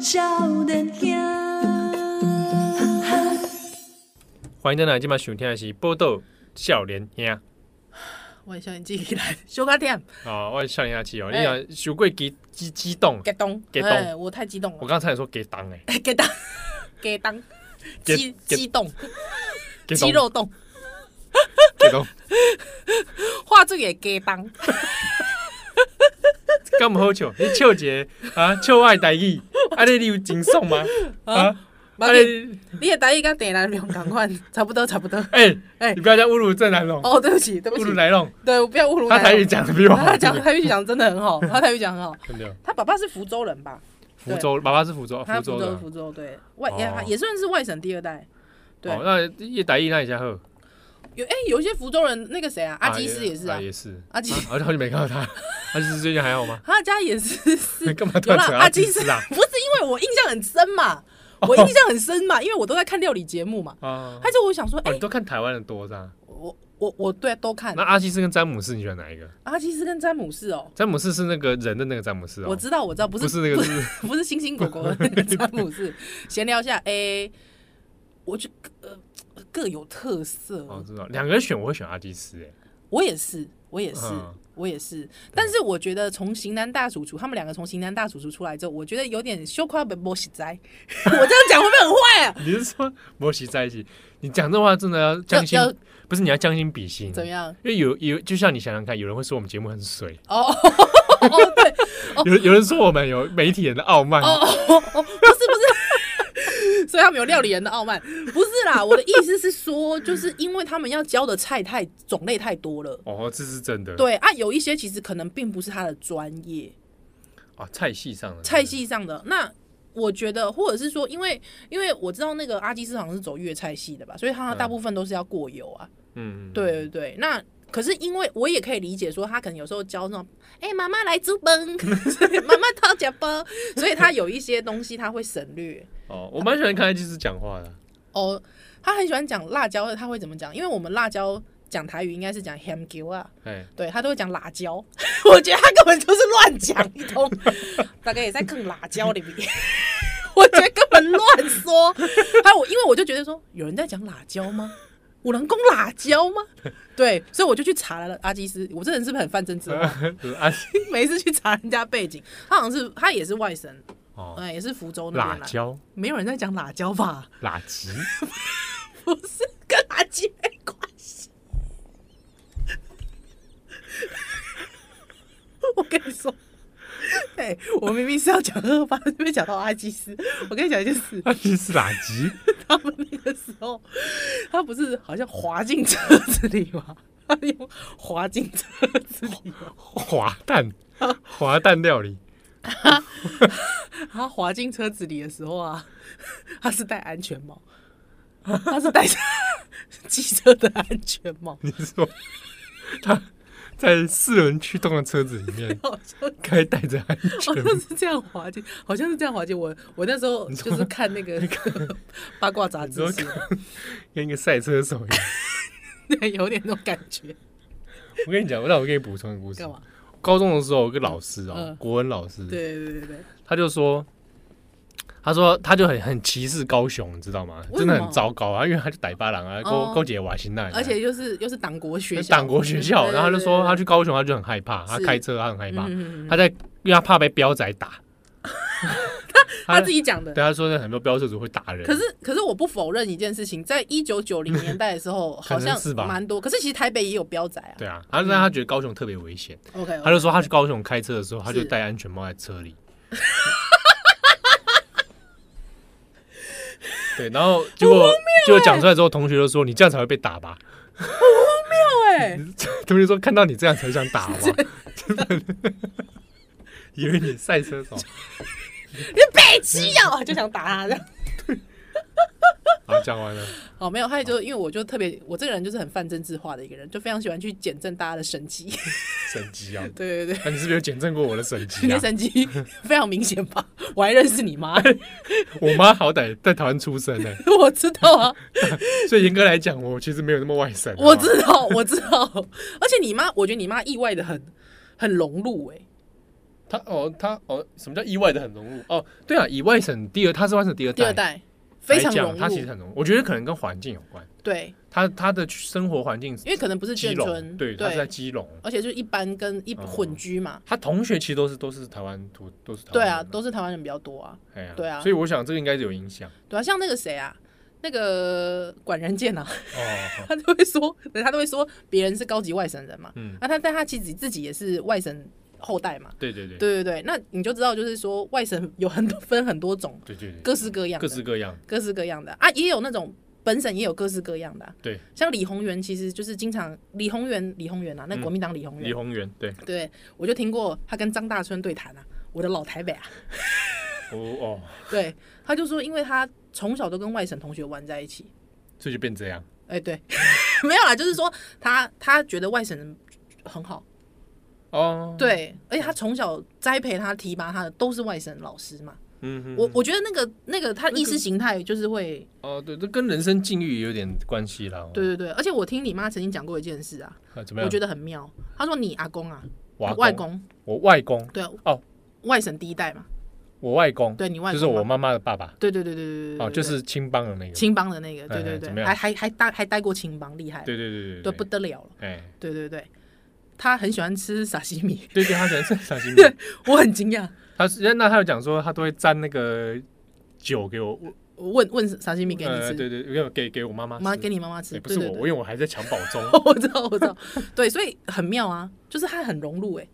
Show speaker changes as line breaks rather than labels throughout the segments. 少年兄，
欢迎登来，今晚收听的是《波豆少年兄》
我小年纪来，小个点
啊，我是少年兄气哦，你
哎
讲受过激激激动，
激动，
激动
哎我太激动
我
了，
刚才说给当哎，
哎激 动，激动，
激
激
激
激动，
激
肌肉动，
激动，
画这个也激动，
干么好笑？你笑一个啊，笑我的台语，啊你你有真爽吗？啊，
不
啊
要紧
你
你的台语跟台南人同款，差不多差不多。
哎
哎
你不要再侮辱郑南龙，
哦，对不起，对不
侮
起
辱，来龙，
对，我不要侮辱
他
南
台语
龙。
讲的比我好
他，讲台语讲得真的 很好，他台语讲得很好。
真的。
他爸爸是福州人吧？
福州，爸爸是福州，
他
州的
州，
啊。
福州对外
哦
也也算是外省第二代。对
哦，那叶台义那一下喝，
有哎，有一些福州人，那个谁啊，阿基斯也是啊，
也是。
阿基
啊好久好久没看到他，阿基斯最近还好吗？
他家也是 是
干嘛突
有
然
啦
扯，
阿
基
基
斯
斯
啊？
不是 因为我印象很深嘛，我印象很深嘛，因为我都在看料理节目嘛，
啊，
还是我想说，
哦，
哎、
你都看台湾的多是吧？
我我我对都看啊
那。阿基斯跟詹姆斯，你喜欢哪一个？
阿基斯跟詹姆士哦，
詹姆斯是那个人的那个詹姆斯哦，
我知道我知道，不是
不是那个
不
是
是 不是星星狗 狗的那个詹姆士。闲聊一下，哎、我就呃各有特色，
哦，知道。两个人选，我会选阿基斯，哎，
我也是，我也是。
嗯
我也是，但是我觉得从型男大主厨，他们两个从型男大主厨出来之后，我觉得有点羞夸本波喜哉。 我这样讲会不会很坏啊？
你是说摩西在一起？你讲这话真的要将心
要要，
不是你要将心比心，
怎么样？
因为有有，就像你想想看，有人会说我们节目很水，
哦 哦哦，对，
有有人说我们有媒体人的傲慢，
哦哦哦，不是不是，所以他们有料理人的傲慢，不是啦。我的意思是说，就是因为他们要教的菜太种类太多了，
哦，这是真的。
对啊，有一些其实可能并不是他的专业
啊，菜系上的
菜，系上的那。我觉得，或者是说，因为因为我知道那个阿基斯好像是走粤菜系的吧，所以他
嗯
大部分都是要过油啊。
嗯，嗯，
对对对，那可是因为我也可以理解说，他可能有时候教那种，哎、妈妈来煮饭，妈妈掏脚包，所以他有一些东西他会省略。
哦，我蛮喜欢看阿基斯讲话的，
哦，他很喜欢讲辣椒，他会怎么讲？因为我们辣椒讲台语应该是讲 ham g 啊，
哎，
对他都会讲辣椒。 我觉得他根本就是乱讲一通，大概也在更辣椒里面。 我觉得根本乱说。还有我，因为我就觉得说，有人在讲辣椒吗？我能攻辣椒吗？对，所以我就去查了阿基斯。我这人是不是很泛政治 化？
就是阿
每一次去查人家背景，他好像是他也是外省，
哦，
哎、也是福州那
辣
边来。
椒
没有人在讲辣椒吧？
辣 鸡，
不是跟垃圾没关系。我跟你说， 哎、我明明是要讲二二八，这边讲到阿基斯。我跟你讲一件事，
阿基斯辣鸡，
他们那个时候，他不是好像滑进车子里吗？他用滑进车子里吗？
滑蛋，滑蛋料理，
他滑进车子里的时候啊， 他是戴安全帽，他是戴着机车的安全帽，
你是说 他在四轮驱动的车子里面
好像
该戴着安
好
全
像
帽？
是这样滑稽，好像是这样滑稽。我我那时候就是看那个 八卦杂
你
志
说
写的，
跟一个赛车手一样。
对，有点那种感 觉。
我跟你讲，那我给你补充一个故事
干。嘛？
高中的时候，有一个老师哦、
嗯
国文老师，
对对对对对，
他就说，他说他就很很歧视高雄，你知道吗？
为什
真
么
的很糟糕啊，因为他就逮巴郎啊，勾
哦
勾结瓦辛奈，
而且又是又是党国学校，
党国学校，然后他就说他去高雄，他就很害怕，他
是
开车他很害
去
怕，
嗯嗯嗯
他在因为他怕被彪仔打，
他自己讲的
对。啊他说很多飙车族会打人，
可是可是我不否认一件事情，在一九九零年代的时候，
可
好
能
像
是吧
蛮多。可是其实台北也有彪仔啊。
对啊，他让他觉得高雄特别危险，
OK，
他就说他去高雄开车的时候，他就是戴安全帽在车里。对，然后结果就
欸
讲出来之后，同学就说：“你这样才会被打吧
对，？”
同学说：“看到你这样才想打吧？” 以为你赛车手。
你北七哦， 就想打他这样。
好，讲完了。
哦，没有，还有就因为我就特别，我这个人就是很泛政治化的一个人，就非常喜欢去检证大家的神迹。
省级啊！
对对对。
那你是不是有检证过我的省
你
级
的
啊？
神迹非常明显吧？我还认识你妈，
我妈好歹在台湾出生呢、欸
我知道啊，
所以严格来讲，我其实没有那么外省。啊
我
知
知道，我知道。而且你妈，我觉得你妈意外的很很融入、欸，
他哦，他哦，什么叫意外的很融入？哦，对啊，以外省第二，他是外省第二代，
第二代非
来
常
讲
融
他其实
入，
很融入。我觉得可能跟环境有关，
对，
他他的生活环境
因为可能不是
基
眷
隆，
村，
对，他是在基隆，
而且就一般跟一
嗯
混居嘛，
他同学其实都是都是台湾土，都是台
对
湾
啊，
人嘛，
都是台湾人比较多啊，
哎呀
对啊
所以我想这个应该是有影响
对啊，像那个谁啊，那个管仁健啊，
哦，
他都会说，他都会说别人是高级外省人嘛，
嗯，
那他但他其实自己也是外省后代嘛，
对对对对
对对对，那你就知道就是说外省 有很多分很多种，
对对，
各式各样
各
的，
式各样，
各式各样的啊，也有那种本省也有各式各样的啊、
对，
像李宏源其实就是经常李宏源李宏源啊，那
嗯
国民党李宏源
李，宏源，对，
对我就听过他跟张大春对谈啊，我的老台北啊，
哦哦，
对，他就说因为他从小都跟外省同学玩在一起，
所以就变这样，
哎、对， 没有啦，就是说他他觉得外省人很好，
哦，，
对，而且他从小栽培他提拔他的都是外省老师嘛，
嗯哼，
我我觉得那个那个他
那个
意识形态就是会，
哦，对，这跟人生境遇也有点关系啦，哦
对，对对，而且我听你妈曾经讲过一件事啊，
啊怎么
我
样？
觉得很妙，她说你阿公啊，
我阿
外
公，
公
我外公，
对
哦，
外省第一代嘛，
我外公，
对你外公
就是我
嘛，
妈妈的爸爸，
对对对对对对对，
哦，就
对
是青帮的那个，
青帮的那个，对
哎
对
怎
对，
么样
还还还待还待过青帮，厉害，
对对对对
对不，得了了，
哎，
对对对，他很喜欢吃沙西米，
对对，他喜欢吃小心
我很惊讶，
他是那他有讲说他都会沾那个酒给我，
我问问沙西米给你
呃，
吃，
对对，没有给给我妈妈吃，
妈给你妈妈吃，
哎不是我，
对
我
对
因
对
为我还在襁褓 中，
我知道我知道，对，所以很妙啊，就是他很融入哎，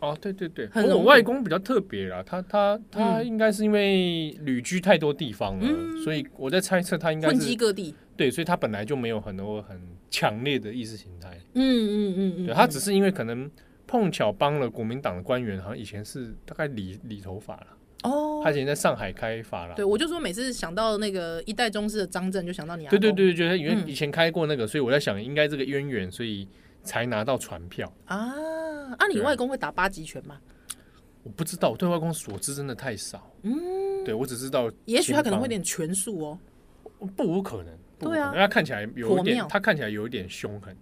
哦，对对对，
很
不过我
容易
外公比较特别啦，他他他
嗯
应该是因为旅居太多地方了，
嗯
所以我在猜测他应该
混迹
是
各地，
对，所以他本来就没有很多很强烈的意识形态，
嗯嗯嗯嗯，
对他
嗯
只是因为可能碰巧帮了国民党的官员，好像以前是大概理理头发啦，
哦
他以前在上海开发啦，
对，我就说每次想到那个一代宗师的张震，就想到你阿
对对
公
对，觉得因为
嗯
以前开过那个，所以我在想应该这个渊源，所以才拿到船票。
啊啊！你
对啊
外公会打八极拳吗？
我不知道，我对外公所知真的太少。嗯，对我只知道，
也许他可能会有点拳术哦。
不无可能。不无
对啊
可能因为他看起来有一
颇
点
妙，
他看起来有一点凶 狠，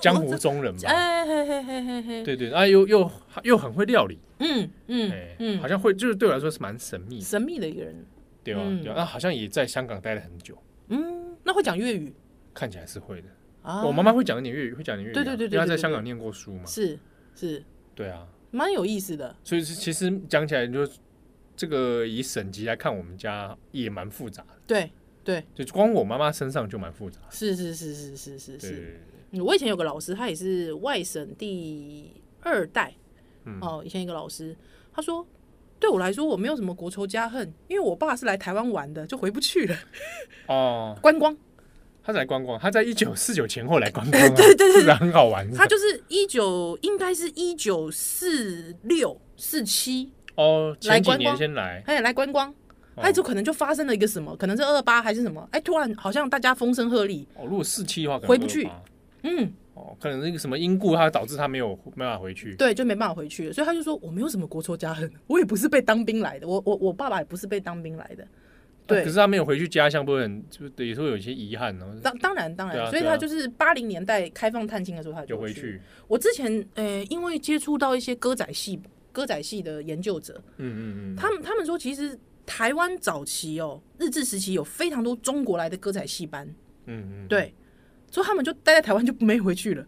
江湖中人吧。
哎嘿嘿嘿嘿嘿，
对对，啊又又又很会料理，
嗯嗯
哎，好
嗯，
像会就是对我来说是蛮神秘的，
神秘的一个人。
对吧？
嗯
对啊，那好像也在香港待了很久，
嗯，那会讲粤语
看起来是会的。
啊？
我妈妈会讲一点粤语，会讲一点粤语啊，
对对对对
因为她在
对对
香港念过书嘛。
是是
对啊，
蛮有意思的。
所以是其实讲起来就，这个以省级来看，我们家也蛮复杂的，
对对，
就光我妈妈身上就蛮复杂的。
是是是是是是
对
是。嗯我以前有个老师，他也是外省第二代
嗯，
哦。以前一个老师，他说。对我来说，我没有什么国仇家恨，因为我爸是来台湾玩的，就回不去了，
哦，
观光。
他是来观光，他在一九四九前后来观光啊，
对对对
是不是很好玩的。
他就是一九，应该是一九四六、四七，
哦，前几
来观
年
光
先来，
哎，来观光，
哦
哎，就可能就发生了一个什么，可能是二八还是什么，哎，突然好像大家风声鹤唳，
哦，如果四期的话，可能
回不去
28
嗯，
哦，可能那个什么因故，他导致他没有没办法回去。
对，就没办法回去了，所以他就说我没有什么国仇家恨，我也不是被当兵来的，我我我爸爸也不是被当兵来的，对
啊可是他没有回去家乡，不会很就也是会有一些遗憾哦，
当当然当然，
对啊
所以
对啊
他就是八零年代开放探亲的时候他
就回
去。
去。
我之前呃，因为接触到一些歌仔戏歌仔戏的研究者，
嗯嗯嗯，
他们他们说，其实台湾早期哦，日治时期有非常多中国来的歌仔戏班，
嗯嗯，
对，所以他们就待在台湾就没回去了。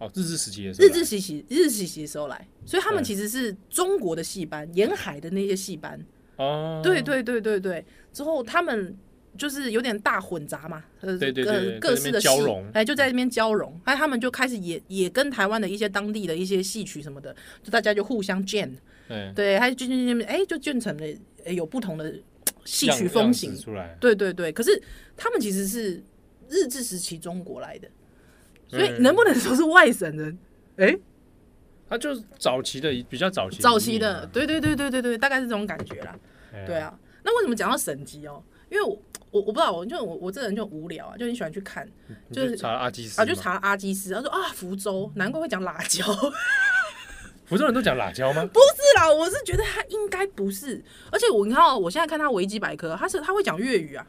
哦，日治时期的时候
日
来，
治时期，日治时期的时候来，所以他们
对
其实是中国的戏班，沿海的那些戏班。
哦，
对对对对对，之后他们。就是有点大混杂嘛，呃，
对对对对
呃各式的戏
在那边交融嗯
哎，就在那边交融，哎，他们就开始也也跟台湾的一些当地的一些戏曲什么的，就大家就互相见，
嗯，
对，他就渐渐渐渐，哎，就建成了哎有不同的戏
样
曲风
样
情
子，出来，
对对对，可是他们其实是日治时期中国来的，所以
嗯
能不能说是外省人？哎、
他就是早期的比较早期
早期的，
移民
对对对对对对，大概是这种感觉啦。
嘛
对，啊，那为什么讲到省级哦？因为我我我不知道，我就我我这人就无聊啊，就很喜欢去看
哎呀你
就是
就查阿基斯
啊，就
嘛
查阿基斯，他说啊福州，难怪会讲辣椒。
福州人都讲辣椒吗？
不是啦，我是觉得他应该不是，而且我你看哦，我现在看他维基百科，他是他会讲粤语啊，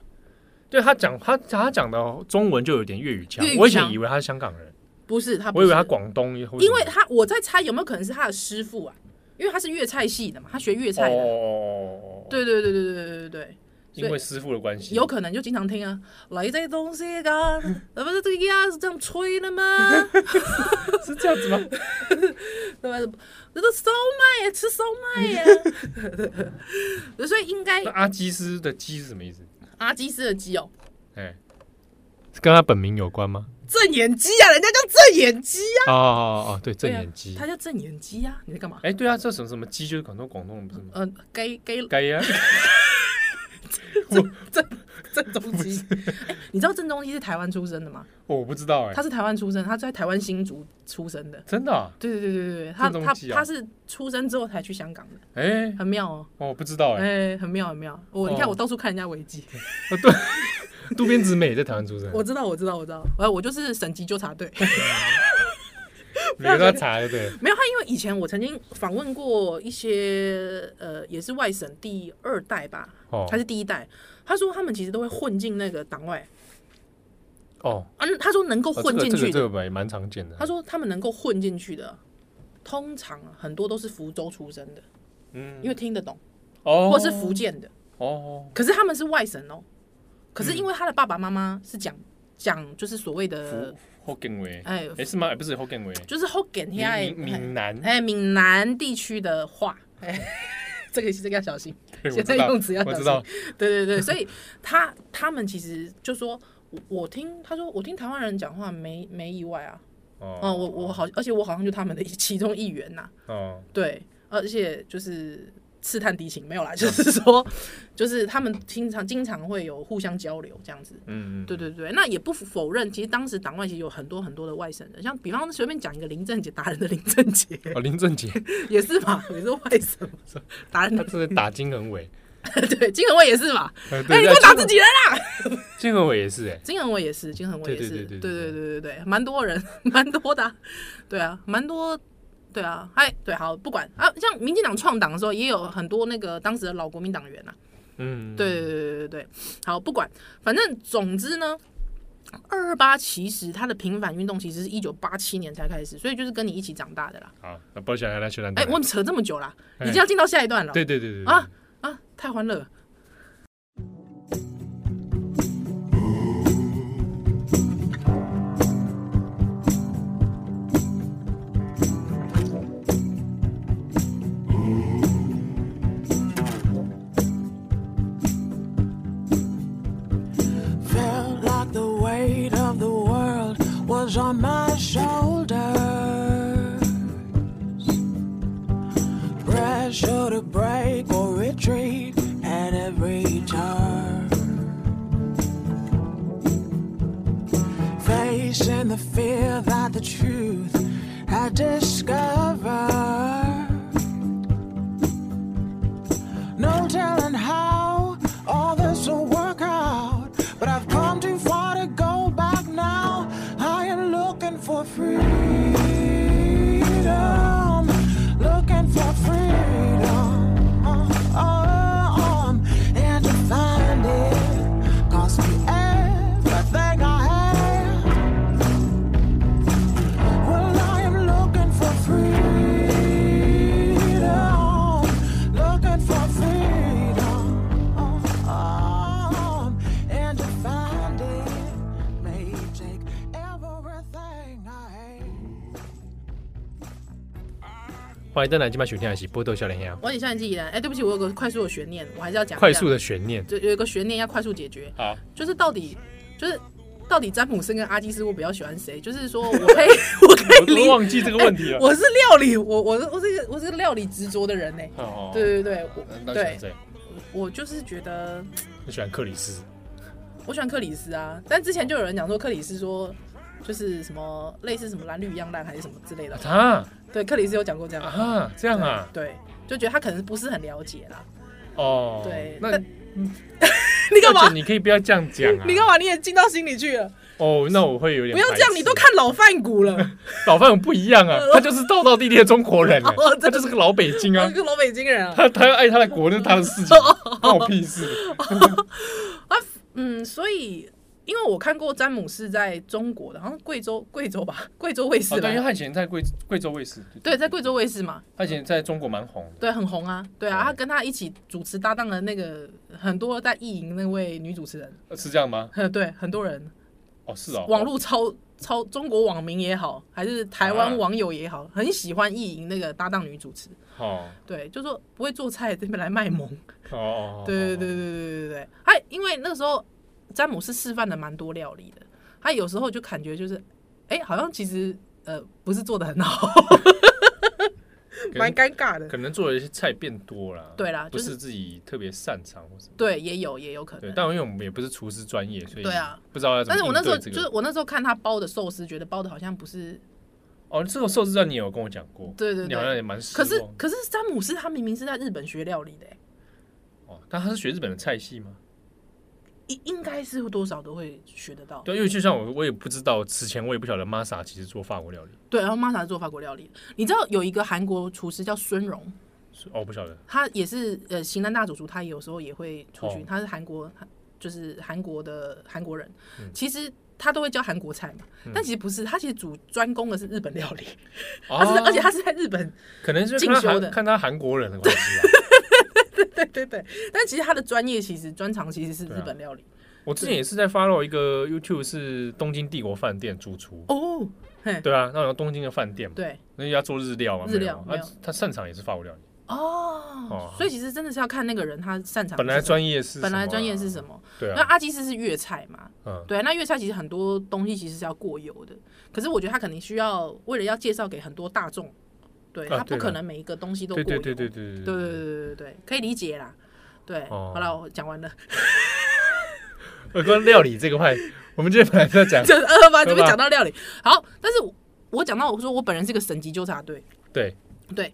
对他讲他他讲的中文就有点粤语腔
粤语，腔啊
我以前以为他是香港人，
不是他不
我
是，
以为他广东，因
因为他我在猜有没有可能是他的师傅啊，因为他是粤菜系的嘛，他学粤菜的。
哦，，
对对对对对对对对，
因为师傅的关系，
有可能就经常听啊，来这东西噶， 呃不是这个鸭是这样吹的吗？
是这样子吗？
对吧？这都烧麦耶，吃烧麦耶。 对所以应该
那阿基斯的基是什么意思？
阿基斯的鸡哦，
哎，是跟他本名有关吗？
正眼鸡啊，人家叫正眼鸡
哦
啊，
哦哦，对，正
对啊
眼鸡。
他叫正眼鸡啊，你在干嘛？
哎，对啊，这什么什么鸡就是广东广东人不是吗？
嗯、呃，该 该
该呀，
正宗 鸡。哎、你知道正宗鸡是台湾出生的吗？
我不知道哎
他，是台湾出生，他在台湾新竹出生的。
真的啊，
对对对对对，他
正宗
他
鸡啊
他是出生之后才去香港的，
哎，
很妙哦，
哦我不知道哎，
哎、很妙很妙。我、你看
哦
我到处看人家维基，
哦对，渡边直美也在台湾出生，
我知道我知道我知道，我我就是省级纠察队。
每个都要查对不 对？
没有，他因为以前我曾经访问过一些呃，也是外省第二代吧，
哦
还是第一代，他说他们其实都会混进那个党外
哦，
啊，那他说能够
哦
混进
这个
去
这
的，
个蛮蛮常见的。
他说他们能够混进去的，通常啊很多都是福州出生的，
嗯，
因为听得懂，
哦，嗯
或是福建的，
哦，
可是他们是外省哦，可是因为他的爸爸妈妈是讲讲就是所谓的
福福建话，
呃哎，
哎是吗？哎不是福建话，
就是 Hokkien
闽闽
哎
闽南，
哎闽南地区的话，哎， 这个这个要小心。
对我
现在
知道
用词要
我
小
知道，
对对对，所以他他们其实就说，我我听他说，我听台湾人讲话没没意外啊，
哦
嗯，我我好，而且我好像就他们的一其中一员呐、
哦，
对，而且就是刺探敌情没有
嗯
啦，就是说，就是他们经常经常会有互相交流这样子。
嗯嗯，
对对对，那也不否认，其实当时党外其实有很多很多的外省人，像比方随便讲一个林正杰，达人的林正杰
哦，林正杰
也是嘛， 也是外省嘛，达人
他
的
真的打金恒伟，
对金恒伟也是嘛，
哎，
哎、
对
你给我打自己人啊！
金恒伟也是哎，
金恒伟也是，金恒伟也
对
是，对
对对对
对
对
对对对蛮多人， 蛮多的啊、对啊，蛮多，对啊，哎，对，好，不管啊，像民进党创党的时候，也有很多那个当时的老国民党员啊，
嗯，
对对对对对对，好，不管，反正总之呢，二二八其实它的平反运动其实是一九八七年才开始，所以就是跟你一起长大的啦。
好，那包起来来去南，
哎、我们扯这么久啦，已
哎
经要进到下一段了。
对对对对对
啊啊，太欢乐了。
Felt like the weight of the world was on my shoulders. Pressure to break or retreat at every turn. Facing the fear that the truth had discovered. No telling how all this will work out. But I've come too far to go back now. I am looking for freedom. Looking for freedom. Oh, oh, um, and to find it cost me everything I had. Well, I am looking for freedom. Looking for freedom. Oh, And to find it may take everything I hate.
欢迎登来今晚收听的是波豆笑脸呀，
我很像你自己人，哎、对不起，我有个快速的悬念，我还是要讲一下
快速，的悬念，
就有一个悬念要快速解决。
好，
就是到底就是到底詹姆斯跟阿基斯我比较喜欢谁？就是说我可以我可 以
我都
理，哎
忘记这个问题了。
我是料理，我我是我是一个我是个料理执着的人呢、
哦，
对对对，
那
我
喜欢
对
谁？
我就是觉得
你喜欢克里斯？
我喜欢克里斯啊，但之前就有人讲说克里斯说。就是什么类似什么蓝绿一样烂还是什么之类的，
啊
对，克里斯有讲过这样，
啊，这样啊，
对，就觉得他可能不是很了解啦。
哦，
对
那
但你干
而
嘛
且？你可以不要这样讲啊，
你干嘛？你也进到心里去了？
哦，那我会有点
不要这样，
白痴
你都看老饭 骨了，
老范不一 样啊，他就是道道地地的中国人欸
哦真，
他
的
就是个老北京啊
一，个老北京人啊。
他他要爱他
啊
的国那是他的事情，关我屁事。
嗯，所以因为我看过詹姆斯在中国的，好像贵州贵州吧，贵州卫视
哦，对，因为
吧，
他以前在贵贵州卫视，
对，在贵州卫视嘛，
他以前在中国蛮红的。
对，很红啊，对啊，
对
他跟他一起主持搭档的那个很多在意淫那位女主持人，
呃是这样吗？
呵对，很多人
哦，是哦，
网络超超中国网民也好，还是台湾
啊
网友也好，很喜欢意淫那个搭档女主持，
哦
对，就说不会做菜这边来卖萌，
哦哦，
对对对对对对对，还因为那时候詹姆斯示范了蛮多料理的，他有时候就感觉就是，哎、好像其实呃不是做的很好，
对
蛮尴尬的。
可能做的一些菜变多了，
对啦
不
就是
是自己特别擅长或什么。
对，也有也有可
对，
能。
但因为我们也不是厨师专业，所以
对啊，
不知道要怎
但
么
是
应
我
对
那
这
时
个。
候就是我那时候看他包的寿司，觉得包的好像不是，
哦，这个寿司酱你也有跟我讲过，
对对
你好像
对。
也蛮失
可是
望
可是詹姆斯他明明是在日本学料理的、诶
哦，但他是学日本的菜系吗？
应应该是多少都会学得到。
对，因为就像我，我也不知道，此前我也不晓得 Masa 其实做法国料理，
对，然后 Masa 是做法国料理的，你知道有一个韩国厨师叫孙荣，
是哦，不晓得
他也是呃，型男大主厨，他有时候也会出去。
哦
他是韩国，他就是韩国的韩国人。
嗯
其实他都会教韩国菜嘛，但其实不是，他其实主专攻的是日本料理。
哦
啊他是而且他是在日本，
可能是
进
看他
修
韩
的
看他韩国人的关系吧。
对对对。但其实他的专业其实专长其实是
啊
日本料理。
我之前也是在 follow 一个 YouTube 是东京帝国饭店主厨，
哦，嘿，
对啊，那种东京的饭店嘛，
对
那要做日料嘛，
日料
没有
没
啊
有，
他擅长也是法国料理，
哦
哦，
所以其实真的是要看那个人他擅长的
本
是
来
什么
专业是
本来专业是
么
什么。
啊？对
那
啊，
阿基斯是粤菜嘛，
嗯，
对，那粤菜其实很多东西其实是要过油的，可是我觉得他肯定需要为了要介绍给很多大众，对
啊
他不
对
可
啦
能每一个东西都过
对
油，
对对对
对
对
对对对对对可以理解啦。对，
哦
好了，我讲 完了，
呃，关于料理这个块，我们今天本来是要讲
这二八
对
这边
吧
讲到料理，好，但是我我讲到我说我本人是个省级纠察队，
对
对，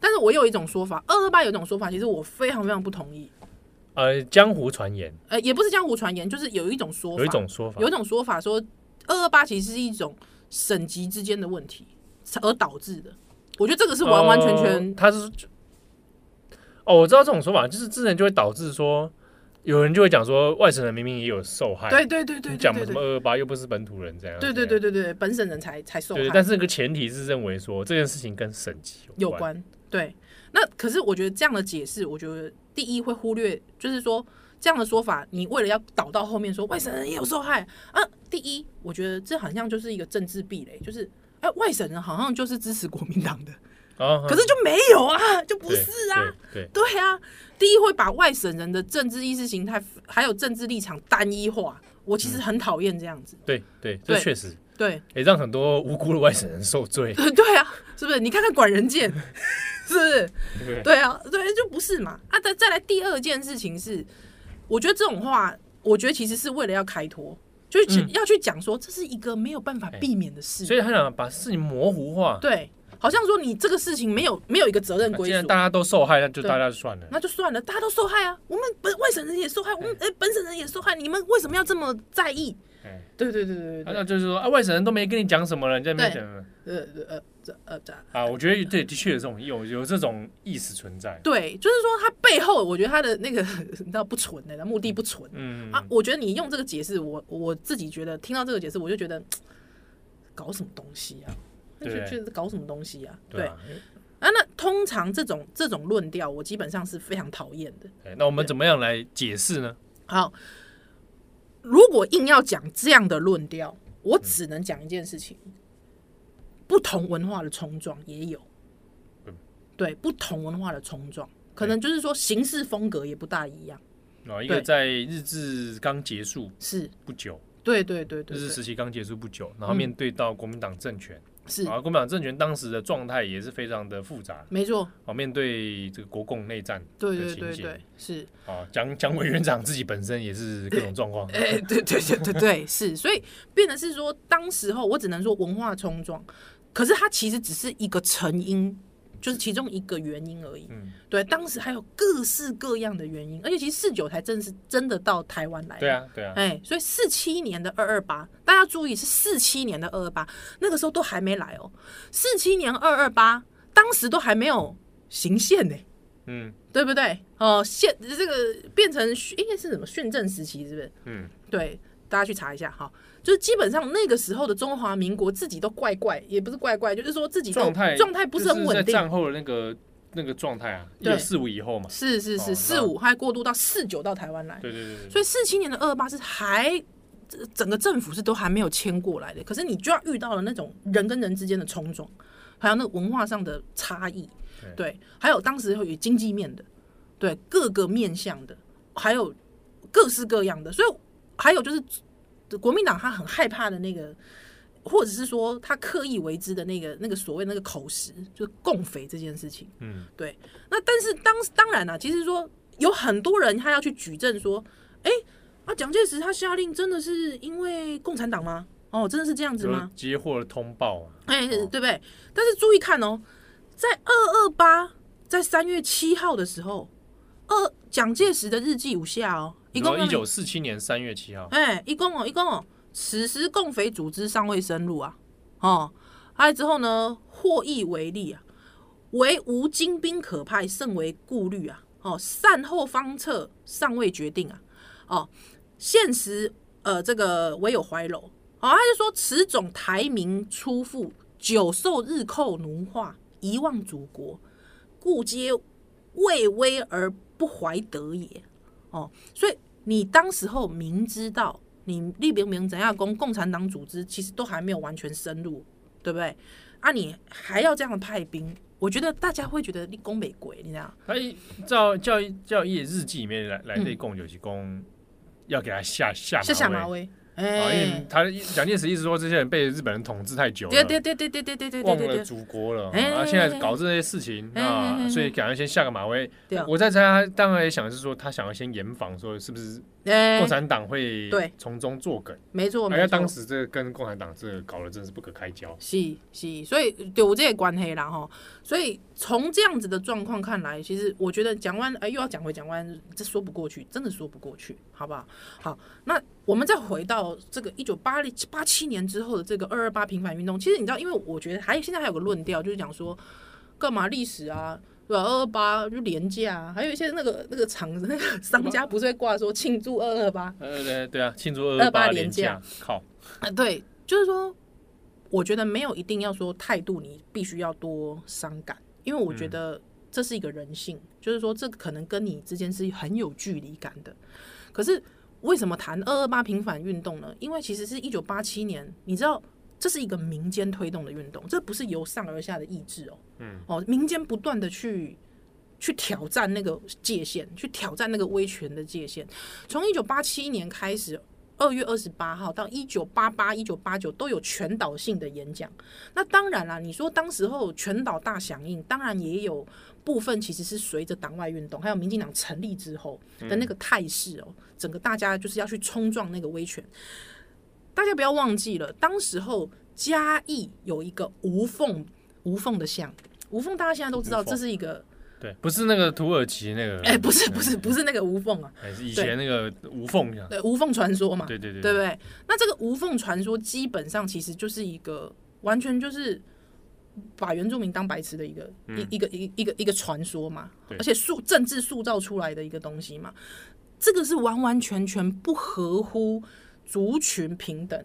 但是我有一种说法，二二八有一种说法，其实我非常非常不同意，
呃江湖传言，
呃，也不是江湖传言，就是有一种说法，
有一种说法
有一，种说法说，二二八其实是一种省级之间的问题而导致的。我觉得这个是完完全
呃
全
他是就哦，我知道这种说法，就是之前就会导致说，有人就会讲说外省人明明也有受害，
对对对对
你
对
讲
对
什么
对
二二八又不是本土人这样，
对对对对对，本省人才才受
对，
害
但是这个前提是认为说这件事情跟省级
有
关，
关。对，那可是我觉得这样的解释，我觉得第一会忽略，就是说这样的说法，你为了要导到后面说外省人也有受害啊，第一，我觉得这好像就是一个政治壁垒，就是哎、外省人好像就是支持国民党的，
啊
可是就没有啊，就不是啊，，
对对
对啊，第一会把外省人的政治意识形态还有政治立场单一化，我其实很讨厌这样子。
对对，
对
这确实
对，
也让很多无辜的外省人受罪，
对对啊，是不是？你看看管人健， 是不是？
对
对啊，对，就不是嘛。啊，再再来第二件事情是，我觉得这种话，我觉得其实是为了要开脱，就是去
嗯哎
要去讲说这是一个没有办法避免的事。
所以他想把事情模糊化，
对，好像说你这个事情没有没有一个责任
那
归
既然
属
大。家都受害，那就
对
大家就算了。
那就算了，大家都受害啊！我们本外省人也受害，我们哎、本省人也受害，你们为什么要这么在意？
哎
对对对对
啊
对
那就是说啊，外省人都没跟你讲什么了，你在那边
对
讲了
呃呃这呃这，
啊？我觉得对，的确有这种有有这种意识存在。
对，就是说他背后，我觉得他的那个你知道不纯的、目的不纯、
嗯
啊。我觉得你用这个解释，我我自己觉得听到这个解释，我就觉得搞什么东西啊？就
对
觉得搞什么东西啊？对
对啊
啊，那通常这种这种论调，我基本上是非常讨厌的。
哎那我们怎么样来解释呢？
好，如果硬要讲这样的论调，我只能讲一件事
嗯
情：不同文化的冲撞也有
嗯，
对，不同文化的冲撞，可能就是说行事风格也不大一样。
啊，一个
对
在日治刚结束
是，
不久，
对对对对
日治
对，
时期刚结束不久，然后面对到国民党政权，
是
啊，国民党政权当时的状态也是非常的复杂。
没错，
啊，面对这个国共内战
对
的
对
情
对对
形，
是，
啊，蒋蒋委员长自己本身也是各种状况。
哎、对对对对对是，所以变得是说，当时候我只能说文化冲撞，可是它其实只是一个成因，就是其中一个原因而已。
嗯，
对，当时还有各式各样的原因，而且其实四九才正是真的到台湾来。
对，啊，对啊，
哎，所以四七年的二二八，大家注意是四七年的二二八，那个时候都还没来哦。四七年二二八，当时都还没有行宪呢、
嗯
对不对？哦、宪这个变成应该是什么训政时期，是不是？
嗯，
对，大家去查一下哈。就是基本上那个时候的中华民国自己都怪怪，也不是怪怪，就是说自己都
状态
状态不
就是
很稳
在
定。
战后的那个那个状态啊，一
对
九四五以后嘛，
是是
哦
是，四五还过渡到四九到台湾来，
对对对对，
所以四七年的二八是还这整个政府是都还没有迁过来的，可是你就要遇到了那种人跟人之间的冲撞，还有那个文化上的差异，
对
对，还有当时会有经济面的，对各个面向的，还有各式各样的，所以还有就是国民党他很害怕的那个。或者是说他刻意为之的那个那个所谓那个口实，就是共匪这件事情，
嗯，
对，那但是当当然啦、其实说有很多人他要去举证说，哎、啊，蒋介石他下令真的是因为共产党吗？哦，真的是这样子
就
吗？
接获了通报啊，
哎、
哦
对不对？但是注意看哦，在二二八，在三月七号的时候，二蒋介石的日记如下哦，一共
一九四七年三月七号，
哎、一共哦，一共哦，此时共匪组织尚未深入啊，哦，还有之后呢，获益为利啊，唯无精兵可派，甚为顾虑啊，哦，善后方策尚未决定啊，哦，现实呃，这个唯有怀柔，哦，他就说此种台民出富，久受日寇奴化，遗忘祖国，故皆畏威而不怀德也。哦，所以你当时候明知道你立明明怎样攻共产党组织，其实都还没有完全深入，对不对？啊，你还要这样派兵，我觉得大家会觉得立攻美鬼，你知道？
他一照教育教义日记里面来来对共就是公要给他下下
是嗯下马
马威。
威，
啊，因为
哎，
他蒋介石一直说这些人被日本人统治太久了，
对对对对对对对对对
忘
对
了
对，
祖国了，
哎
啊，现在搞这些事情
哎哎
啊，
哎
所以赶快先下个马威
对啊。
我在猜，他当然也想是说，他想要先严防，说是不是
哎
共，产党会
对
从中作梗？
没错
哎
没
呀，
错
当。时这个跟共产党这个搞得真是不可开交。
是是，所以对我这个关系啦吼，所以从这样子的状况看来，其实我觉得蒋万哎、又要讲回蒋万，这说不过去，真的说不过去，好不好？好，那我们再回到这个一九八零八七年之后的这个二二八平反运动，其实你知道，因为我觉得还现在还有个论调，就是讲说干嘛历史啊。对吧？二二八就廉价、啊，还有一些那个那个厂子那个商家不是会挂说庆祝二二八，
呃，对对啊，庆祝
二
二
二八
连
连假
假，靠，
啊，对，就是说，我觉得没有一定要说态度，你必须要多伤感，因为我觉得这是一个人性，就是说这可能跟你之间是很有距离感的。可是为什么谈二二八平反运动呢？因为其实是一九八七年，你知道。这是一个民间推动的运动，这不是由上而下的意志哦，
嗯，
哦，民间不断的去去挑战那个界限，去挑战那个威权的界限。从一九八七年开始，二月二十八号到一九八八、一九八九都有全岛性的演讲。那当然啦，你说当时候全岛大响应，当然也有部分其实是随着党外运动还有民进党成立之后的那个态势哦，整个大家就是要去冲撞那个威权。大家不要忘记了，当时候嘉义有一个无缝无缝的像，无缝大家现在都知道，
无缝
这是一个
对，不是那个土耳其那个，嗯
哎、不是不是不是那个无缝啊，
哎，是以前那个无缝啊，
对无缝传说嘛，
对对对
对不，对？那这个无缝传说基本上其实就是一个完全就是把原住民当白痴的一个、一一个一个一个一个传说嘛，
嗯对
而且塑政治塑造出来的一个东西嘛，这个是完完全全不合乎族群平等。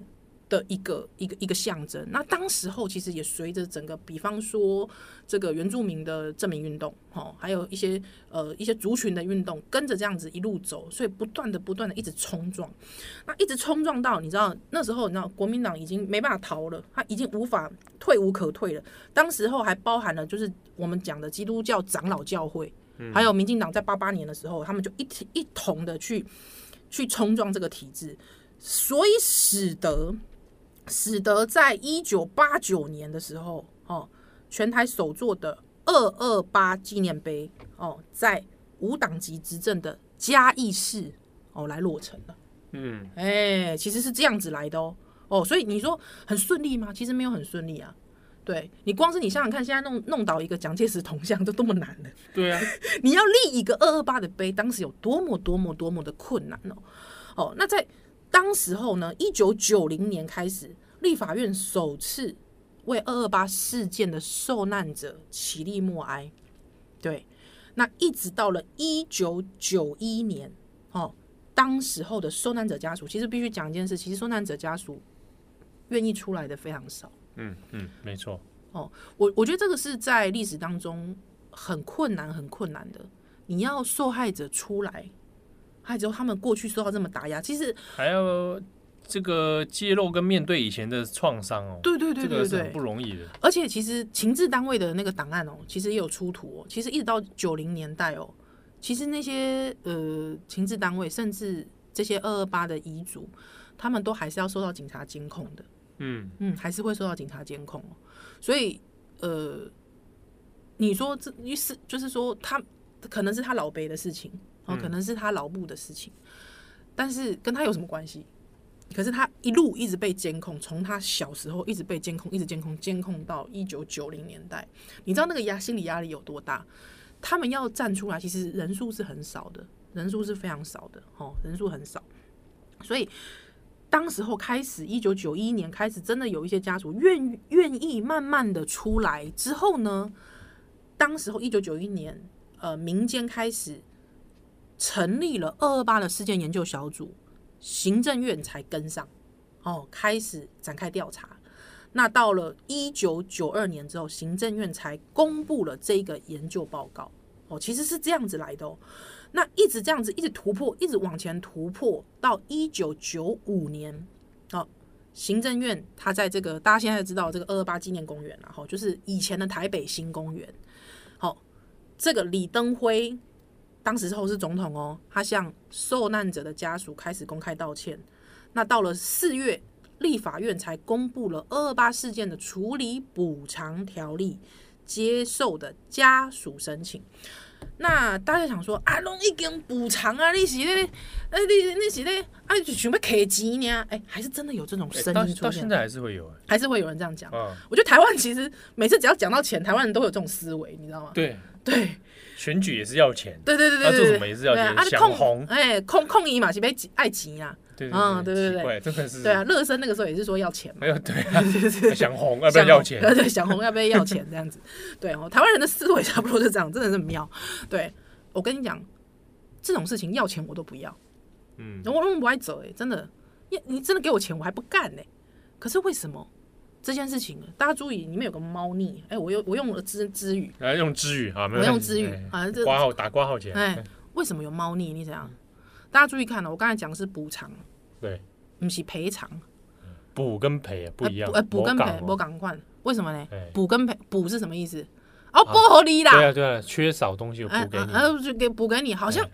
的一个一个一个象征。那当时候其实也随着整个，比方说这个原住民的证明运动，哦，还有一些呃一些族群的运动，跟着这样子一路走，所以不断的不断的一直冲撞。那一直冲撞到，你知道那时候，你知道国民党已经没办法逃了，他已经无法退无可退了。当时候还包含了就是我们讲的基督教长老教会，还有民进党在八八年的时候，他们就一起一同的去去冲撞这个体制，所以使得使得在一九八九年的时候，哦，全台首座的二二八纪念碑，哦，在无党籍执政的嘉义市，哦，来落成了。
嗯，
哎、其实是这样子来的哦。哦，所以你说很顺利吗？其实没有很顺利啊。对你光是你想想看，现在弄弄倒一个蒋介石铜像都多么难了，
对 啊，
你要立一个二二八的碑，当时有多么多么多么的困难哦。哦，那在当时候呢，一九九零年开始，立法院首次为二二八事件的受难者起立默哀。对，那一直到了一九九一年，哦，当时候的受难者家属，其实必须讲一件事，其实受难者家属愿意出来的非常少。
嗯嗯，没错，
我我觉得这个是在历史当中很困难、很困难的。你要受害者出来，还有他们过去受到这么打压，其实
还要这个揭露跟面对以前的创伤哦，
对对对
这
对
个是很
对
不，容易的。
而且其实情治单位的那个档案哦，其实也有出土哦。其实一直到九零年代哦，其实那些呃情治单位，甚至这些二二八的遗族，他们都还是要受到警察监控的。
嗯，
嗯，还是会受到警察监控哦。所以呃，你说这于是就是说他可能是他老伯的事情，哦，可能是他老布的事情，但是跟他有什么关系？可是他一路一直被监控，从他小时候一直被监控，一直监控，监控到一九九零年代。你知道那个压心理压力有多大？他们要站出来，其实人数是很少的，人数是非常少的，哦，人数很少。所以当时候开始，一九九一年开始，真的有一些家属愿愿意慢慢的出来之后呢，当时候一九九一年，呃，民间开始成立了二二八的事件研究小组，行政院才跟上，哦，开始展开调查。那到了一九九二年之后，行政院才公布了这个研究报告。哦，其实是这样子来的哦。那一直这样子，一直突破，一直往前突破，到一九九五年，哦，行政院它在这个大家现在知道这个二二八纪念公园然后就是以前的台北新公园，好、这个李登辉当时候是总统哦，他向受难者的家属开始公开道歉。那到了四月，立法院才公布了二二八事件的处理补偿条例，接受的家属申请。那大家想说啊，拢已经补偿啊，你是咧，哎、你你是咧，啊，就想要摕钱呢？哎、还是真的有这种
诶
声
哎到
音出
到
现哦
现，在还是会有啊
还是会有人这样讲。
啊，
我觉得台湾其实每次只要讲到钱，台湾人都有这种思维，你知道吗？
对，
对
选举也是要钱，
对对对
啊
对
做
对
什么也是要
对啊
钱
啊你
想红
控哎控控伊嘛是被爱情啊，
对
嗯对对
奇
对
怪，真的是
对啊，，乐生那个时候也是说要钱嘛，
没有对 啊，想红啊要不
想
要要
红呃
钱？
对对，想红要不要要钱这样子，对哦，台湾人的思维差不多就这样，真的是很妙。对我跟你讲，这种事情要钱我都不要，
嗯，
我我不爱走哎、真的，你你真的给我钱我还不干呢、可是为什么这件事情，大家注意里面有个猫腻，哎、我用我用了之之语，
然后用之语啊，没有
我用之语
哎
啊这
挂号打挂号钱，
哎，为什么有猫腻？你怎样？大家注意看哦了、我刚才讲的是补偿，
对，
不是赔偿，
补跟赔不一样哦
呃，补呃补跟赔，
不
我赶快，为什么呢
哎？
补跟赔，补是什么意思？哦，不合理
对
啦，
啊对啊，缺少东西我
哎
补给
啊
你，哎
啊，就给补给你，好像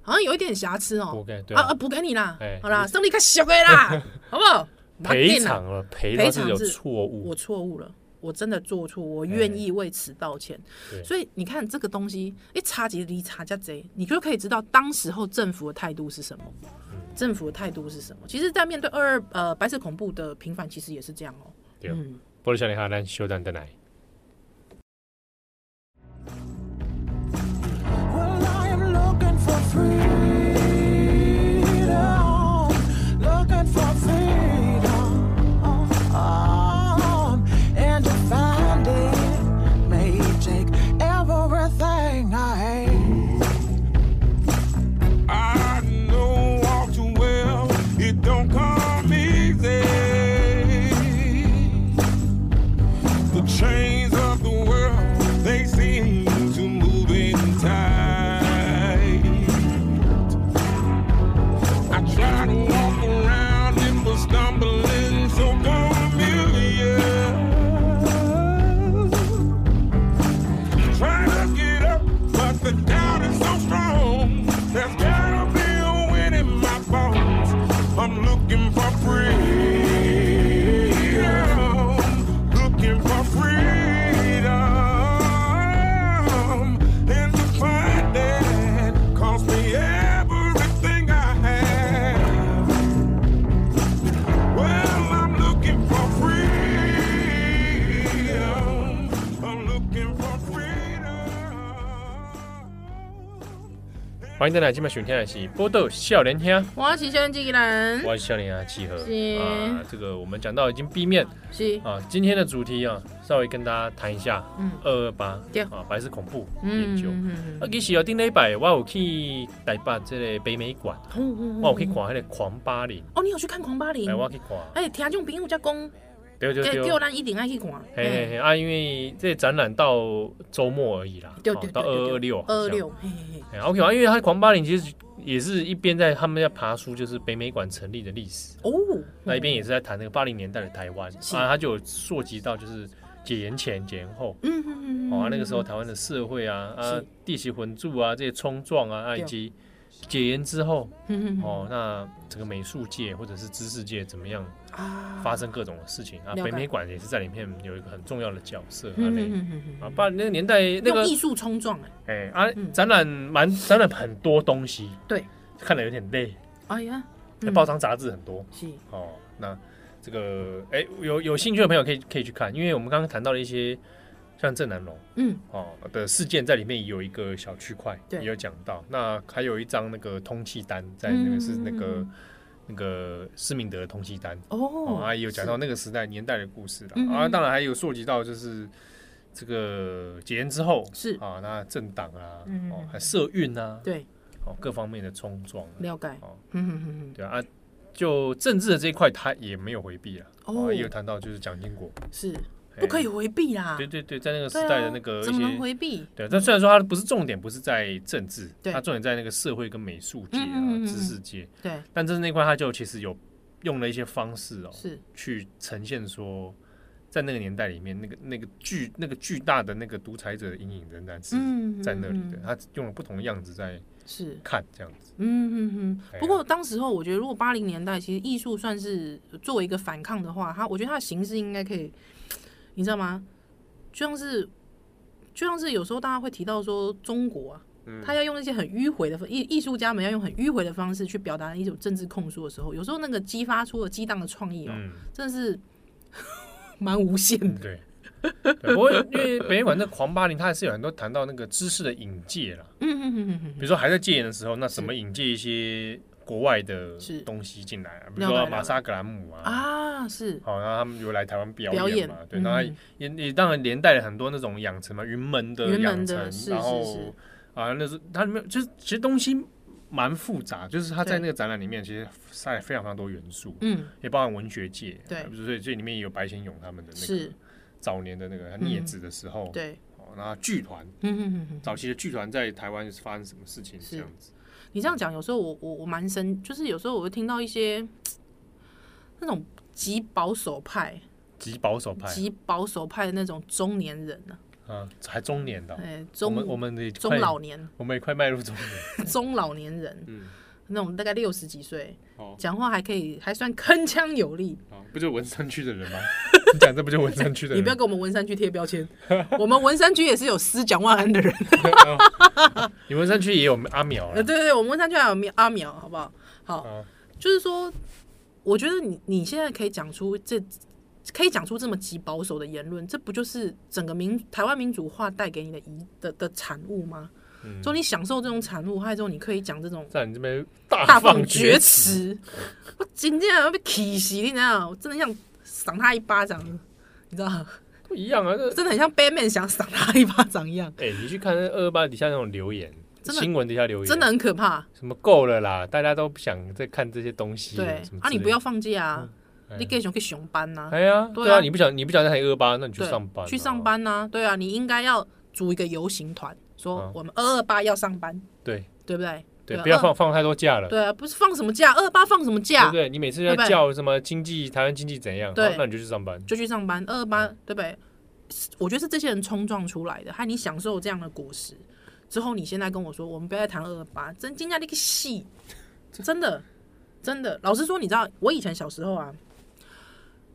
好像有一点瑕疵
补
哦，
给对
啊啊，补给你啦
哎，
好啦，胜利看小的 啦，好不好？
赔
不要紧啦，
偿了，赔
赔
到
偿
是有
是
错误
我，错误了。我真的做错，我愿意为此道歉。
哎对
所以你看这个东西，一查级离查家贼，你就可以知道当时候政府的态度是什么。
嗯
政府的态度是什么？其实，在面对二二呃白色恐怖的平反，其实也是这样哦、
对，波多小林哈咱小等等来。
Well, I am looking for freedom, looking for freedom, Oh, and to find it may take everything I hate.
I know all too well it don't come easy. The chains of the world they seem to move in tight.
欢迎大家今晚收听的是《波豆笑连天》，
我是先机人，
我是笑脸啊契合
是
啊。这个我们讲到已经 B 面
是
啊，今天的主题啊，稍微跟大家谈一下
嗯
二二八
对
啊，白色恐怖研
嗯
究。
嗯
啊，其实啊，顶礼拜我有去台北这个北美馆，
嗯
哦我有去看迄个狂巴黎，
哦，你有去看《狂巴黎
哎，》？我去看，
哎，听众朋友在讲，
对对
叫
对
叫。咱一定爱去看。
嘿嘿嘿啊，因为这展览到周末而已啦，
对
哦
对对，
到二二六，
二六，嘿嘿嘿，
哎，OK 啊，因为他狂巴黎其实也是一边在他们在爬书，就是北美馆成立的历史，
哦，
那一边也是在谈那个八零年代的台湾，
是
啊，他就有溯及到就是解严前、解严后，
嗯嗯嗯，
哦，啊那个时候台湾的社会啊、啊
是
地形混住啊这些冲撞啊，啊
对
以及解严之后，
嗯
哦，那整个美术界或者是知识界怎么样
啊
发生各种的事情啊？
了解
北美馆也是在里面有一个很重要的角色啊。
嗯
那
嗯嗯
啊，八那个年代那
用
个
艺术冲撞哎，
哎啊
嗯，
展览蛮展览很多东西，
对，
看的有点累。
哎呀，
那报章杂志很多
是，
哦。那这个哎，有有兴趣的朋友可以可以去看，因为我们刚刚谈到了一些像郑南龙
嗯
哦的事件，在里面有一个小区块
对
也有讲到。那还有一张那个通气单，在那个是那个
嗯
那个施明德的通气单。哦，
哦，
啊，也有讲到那个时代年代的故事了、
嗯
啊，
嗯
当然还有涉及到就是这个解严之后
是
啊，那政党啊，
嗯
哦，还社运啊，
对，
哦，各方面的冲撞、啊，
了解，
哦，
嗯嗯嗯
对啊，啊就政治的这一块他也没有回避了，
哦
啊也有谈到就是蒋经国，
嗯，是
哎
不可以、回避啦，
对
对
对对，在那个时
啊
代的那个一
怎么能
些。
回避？
对，但虽然说它不是重点，不是在政治，
对
它重点在那个社会跟美术界啊、
嗯嗯嗯嗯
知识界，
对，
但政治那块它就其实有用了一些方式哦，
是，
去呈现说，在那个年代里面，那个那个巨那个巨大的那个独裁者的阴影仍然是
嗯
在那里的，
嗯嗯
他用了不同的样子在
是，
看这样子。
嗯嗯
哎
嗯。
呀
不过当时候，我觉得如果八零年代，其实艺术算是作为一个反抗的话，它我觉得它的形式应该可以，你知道吗？就像是，就像是有时候大家会提到说中国啊，
嗯
他要用一些很迂回的艺艺术家们要用很迂回的方式去表达一种政治控诉的时候，有时候那个激发出了激荡的创意哦，
嗯，
真的是 蛮无限的。
对。 对不过，因为北美馆那狂八零，它还是有很多谈到那个知识的引介啦，
嗯嗯嗯嗯
比
嗯，
如说还在戒严的时候，那怎么引介一些国外的
是
东西进来啊？比如
了解
说
了
马莎格兰姆啊，
啊是
好，然后他们有来台湾表
表
演
演
嘛？对，然后
嗯
也也当然连带了很多那种养成嘛，云门的
云
养
门
成
的，是
然后
是是
啊，那是它里面就是其实东西蛮复杂，就是它在
对
那个展览里面其实塞了非常非常多元素，
嗯
也包含文学界，
对
啊所以这里面也有白先勇他们的那个
是嗯
早年的那个孽子的时候，
对
哦，然后剧团
嗯嗯嗯嗯。
早期的剧团在台湾是发生什么事情这
是
样子，
你这样讲，有时候我我我蛮深，就是有时候我会听到一些那种极保守派、
极保守派
极保守派的那种中年人呢、
啊，还中年的
啊，
哦，
哎、
我
中
们我们的
中老， 年、
我们也快迈入中年，
中老年人，
嗯，
那种大概六十几岁，
哦
讲话还可以，还算铿锵有力。
哦， 不就文山区的人吗？ 你讲这不就文山区的人？
你不要给我们文山区贴标签，我们文山区也是有思蒋万安的人。
你文山区也有阿啊淼
呃，
了，
对对对，我们文山区还有苗阿苗，好不好？好，
啊
就是说，我觉得你你现在可以讲出这，可以讲出这么极保守的言论，这不就是整个民台湾民主化带给你的遗的的产物吗？
嗯
就你享受这种产物，还有之后你可以讲这种
在你这边大
大
放
放
厥
厥
词。
词，我今天要被气死，你知道？我真的想赏他一巴掌，你知道？
不一样啊！这
真的很像 Batman 想赏他一巴掌一样，
哎、你去看那二二八底下那种留言，
真的
新闻底下留言，
真的很可怕。
什么够了啦，大家都不想再看这些东西了。
对
什么之
啊，
类
你不要，放假啊，
哎
你给熊去熊班呐、
哎呀，
对啊
对啊，你不想你不想再看二八，那你去
对，
上班、啊
去上。班呐、对啊，你应该要组一个游行团，说
嗯
我们二二八要上班，
对
对不对？
对，
啊
不要放
二
放太多假了，
对啊，不是放什么假，二二八放什么
对
假
不？对？你每次要
对不对
叫什么经济台湾经济怎样，
对
好那你就去上班。
就去上班，二二八，对不对？是我觉得是这些人冲撞出来的，害你享受这样的果实。之后你现在跟我说，我们不要再谈二二八，真惊讶那个戏，真的，真的。老实说，你知道，我以前小时候啊，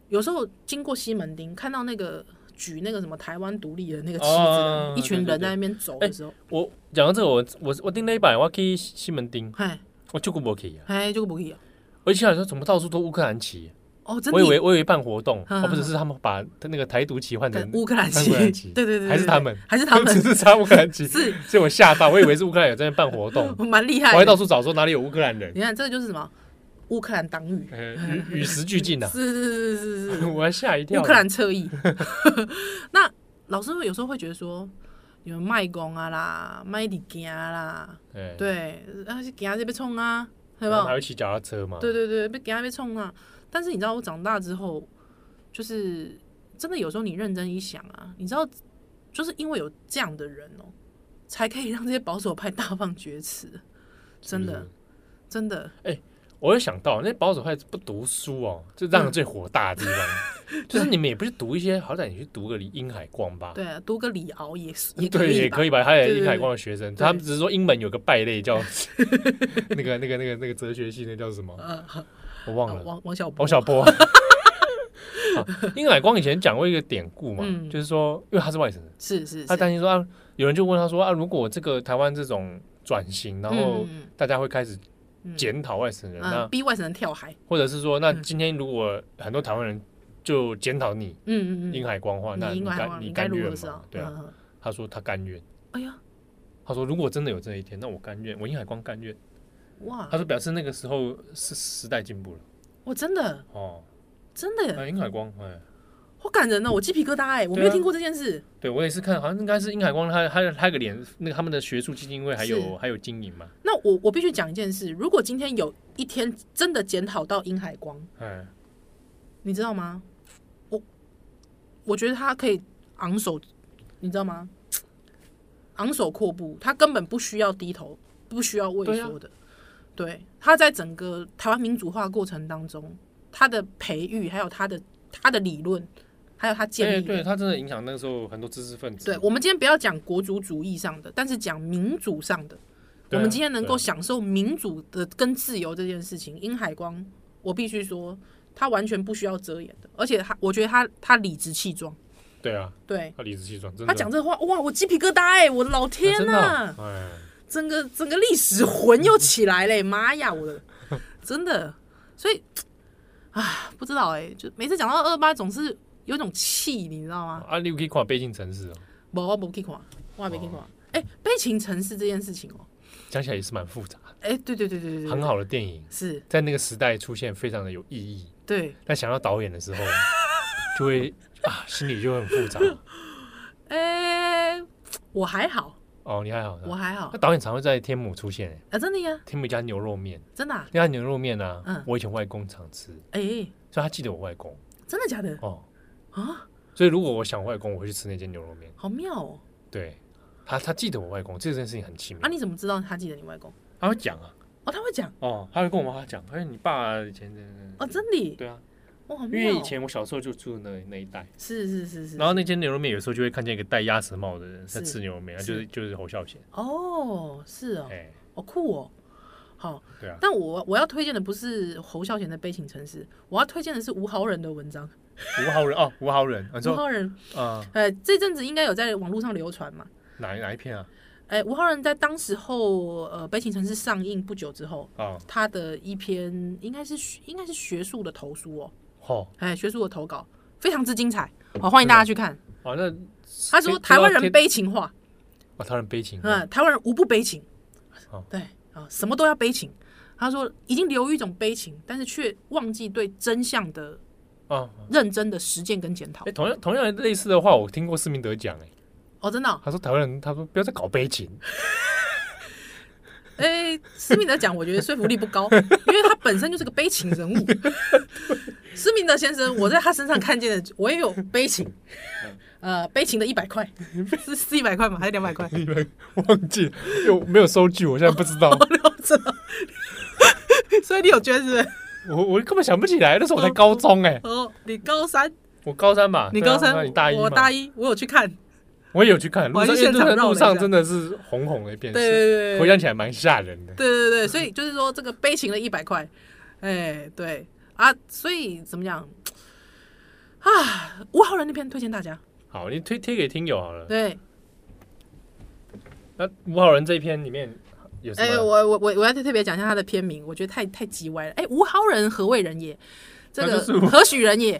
有时候经过西门町，看到那个举那个什么台湾独立的那个旗子的
哦，
一群
对对对
人在那边走的时候，
我讲到这个，我我我订了一版，我去西门町，
嗨
我就过不去啊。
嗨，就不一样。
而且想说，怎么到处都乌克兰旗？
哦，真的
我以为我以为办活动，
嗯
哦，不是，是他们把他那个台独旗换成
跟乌克 兰
乌克兰旗
籍，对对对对，
还是
对
他们，
还是他
只
们，
是插乌克兰旗，
是
所以我吓到，我以为是乌克兰有在那边办 活动，
我蛮厉害
我还到
的。
处找说哪里有乌克兰人，
你看，这个就是什么乌克兰 党羽，
呃， 与与时俱进呐，
是是是是是
我还吓一
是，
跳。
乌克兰侧翼。 那老师会有时候会觉得说，你们卖公啊啦，卖礼件啊啦，
哎，
对，啊是件这被冲啊，对
然后还
吧？
会骑脚踏车嘛，
对对对，被件被冲啊。但是你知道，我长大之后，就是真的有时候你认真一想啊，你知道，就是因为有这样的人哦、才可以让这些保守派大放厥词，
是不
真
是
的。真的，
我有想到，那保守派不读书哦，就让人最火大的地 方，就是你们也不是读一些，好歹你去读个英海光吧，
对啊，读个李敖也是，也可
对，
以
也
吧
可以吧？他也
对对
英海
对
光的学生，
对
他们只是说英文有个败类叫 那个那个那个那个哲学系那叫什么？
呃，好
我忘了，
王王小波，
王小 波。啊好英海光以前讲过一个典故嘛，
嗯
就是说，因为他是外省人，
是是，
他
是
担心说啊，有人就问他说啊，如果这个台湾这种转型，然后
嗯
大家会开始
嗯嗯
检讨外省人，
嗯
那
逼外省人跳海，
或者是说，那
嗯
今天如果很多台湾人就检讨你
嗯嗯嗯，
英海光的话，那
你
你
应该
甘
你该
甘
如
愿
何是
吗
好？？
对啊，
嗯，嗯
他说他甘愿。
哎呀，
他说：“如果真的有这一天，那我甘愿，我殷海光甘愿。”
哇
他，说：“表示那个时候是时代进步了
我真的
哦。
真的耶，
那殷海光，哎，
好感人哦，我鸡皮疙瘩哎，我没
对
有
啊
听过这件事，
对我也是看，好像应该是殷海光他他他个脸，那个他们的学术基金会还
是
有还有经营嘛，
那我我必须讲一件事，如果今天有一天真的检讨到殷海光，
哎，
你知道吗？我我觉得他可以昂首，你知道吗？昂首阔步，他根本不需要低头，不需要畏
啊
缩的。对,、他在整个台湾民主化过程当中，他的培育，还有他的他的理论，还有他建
对
立的
对，他真的影响那个时候很多知识分子。
对，我们今天不要讲国族主义上的，但是讲民主上的。
对啊
我们今天能够
对啊
享受民主的跟自由这件事情，殷海光，我必须说，他完全不需要遮掩的，而且他，我觉得他他理直气壮，
对啊，
对
他理直气壮，真的。
他讲这话，哇，我鸡皮疙瘩哎、我的老
啊
天
真的
呐、
啊，哎，
整个整个历史魂又起来嘞、妈呀，我的，真的，所以，啊，不知道哎、就每次讲到二八，总是有一种气，你知道吗？
啊，你有可以看北京城市哦，
无我无去看，我也没去
哦
看。哎、悲情城市这件事情哦、
讲起来也是蛮复杂，
哎、对对对对对对，
很，好的电影
是，
在那个时代出现非常的有意义，
对，
但想到导演的时候，就会啊，心里就会很复杂。
哎、我还好，
哦，你还好，
我还好
那，导演常会在天母出现、欸，
啊，真的呀，
天母一家牛肉面，
真的、啊，
那家牛肉面啊，
嗯
我以前外公常吃，
哎、
所以他记得我外公
真的假的
哦，
啊？
所以如果我想外公，我会去吃那间牛肉面。
好妙哦！
对他，他记得我外公这件事情很奇妙，
啊，你怎么知道他记得你外公？
他会讲啊，
哦，他会讲
哦，他会跟我妈妈讲，哎，你爸以前的，
哦，真的，
对啊，
哇，好
因
妙、哦
为以前我小时候就住那那一带，
是是是是，
然后那间牛肉面有时候就会看见一个戴鸭舌帽的人在
是
吃牛肉面，啊就是就是侯孝贤，
哦，是哦，
哎，
好酷哦，好。
对啊，
但我我要推荐的不是侯孝贤的《悲情城市》，我要推荐的是吴豪仁的文章。
吴豪人哦，吴豪人，你
吴
说
豪仁，
啊
呃，这阵子应该有在网络上流传嘛，
哪一哪一片啊？
哎，吴浩仁在当时候，呃，《悲情城市》上映不久之后，
啊，
他的一篇应该是学应该是学术的投书哦，
哦，
哎，学术的投稿非常之精彩，好、欢迎大家去看。
哦，那
他说
天
台湾人
天
悲情化，
哦，他很悲情，
嗯，台湾人无不悲情，
哦
对啊，什么都要悲情。他说已经流于一种悲情，但是却忘记对真相的
啊，
认真的实践跟检讨
哎、。同样同样类似的话，我听过施明德讲，哎，
哦，真的、哦，
他说台湾人，他说不要再搞悲情，
哎，施明德讲，我觉得说服力不 高，因为他本身就是个悲情人物。施明德先生，我在他身上看见的，我也有悲情，
嗯
呃，悲情的一 百块，是是一百块吗？还是两百块？
你们忘记又没有收据，我现在不 知道，
哦真的，所以你有捐是不是？
我我根本想不起来，那时候我才高中哎、
哦，你高三，
我高三吧，
你
对啊
高三，
那你大一嘛，
我大一，我有去看，
我也有去看，
我
路
还
上
去现
路
场
上
绕了
路
一下
上真的是红红的一片，
对对对对
是
对
回想起来蛮吓人的，
对对对，所以就是说这个悲情的一百块，哎，对啊，所以怎么讲 啊？吴浩然那篇推荐大家，
好，你推贴给听友好了，
对。
那吴好人这一篇里面有什
哎、
么？
我我我我要特别讲一下他的片名，我觉得太太叽歪了。哎、吴豪人何谓人也？这
那就是
个
我
何许人也？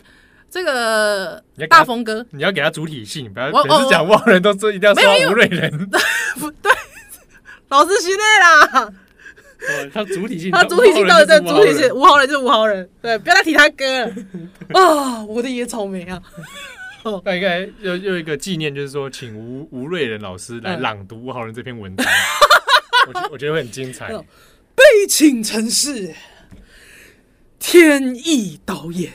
这个
你要给他
大风哥
你要给他主体性，不要
我
每次讲忘人都说一定要说
没有因为
吴瑞 仁，
老师系列啦，
哦他主体性，
他主体性到底在
吴
主
浩仁
体
就是
性，吴豪人就是吴豪人，对，不要再提他 哥了啊！我的野草莓啊，
吴浩仁那应该又又一个纪念，就是说请吴吴瑞仁老师来
嗯
朗读吴浩仁这篇文 章，我觉我觉得会很精彩。
嗯悲情城市，天意导演，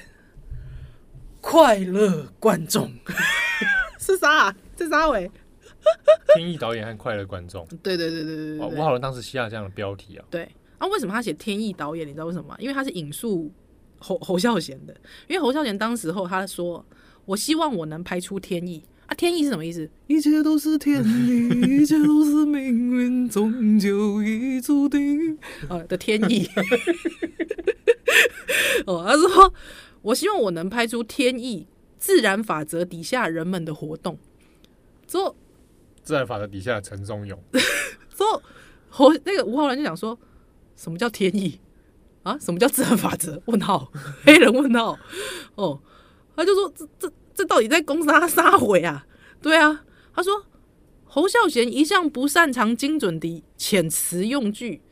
快乐观众是啥啊、这啥尾？
天意导演和快乐观众，
对对对对对
哇，
对
吴
对
浩仁当时下这样的标题啊，
对啊！为什么他写天意导演？你知道为什么吗？因为他是引述侯侯孝贤的，因为侯孝贤当时候他说：“我希望我能拍出天意。”啊，天意是什么意思？ 一切都是天意，一切都是命运，终究已注定。 呃的天意。 哦，他说：“我希望我能拍出天意，自然法则底下人们的活动。”之后，
自然法则底下的陈松 勇，
之后，侯那个吴浩然就讲说，什么叫天意啊？什么叫自然法则？问号，黑人问号，哦，他就说这这这到底在攻杀杀回啊？对啊，他说侯孝贤一向不擅长精准的遣词用句。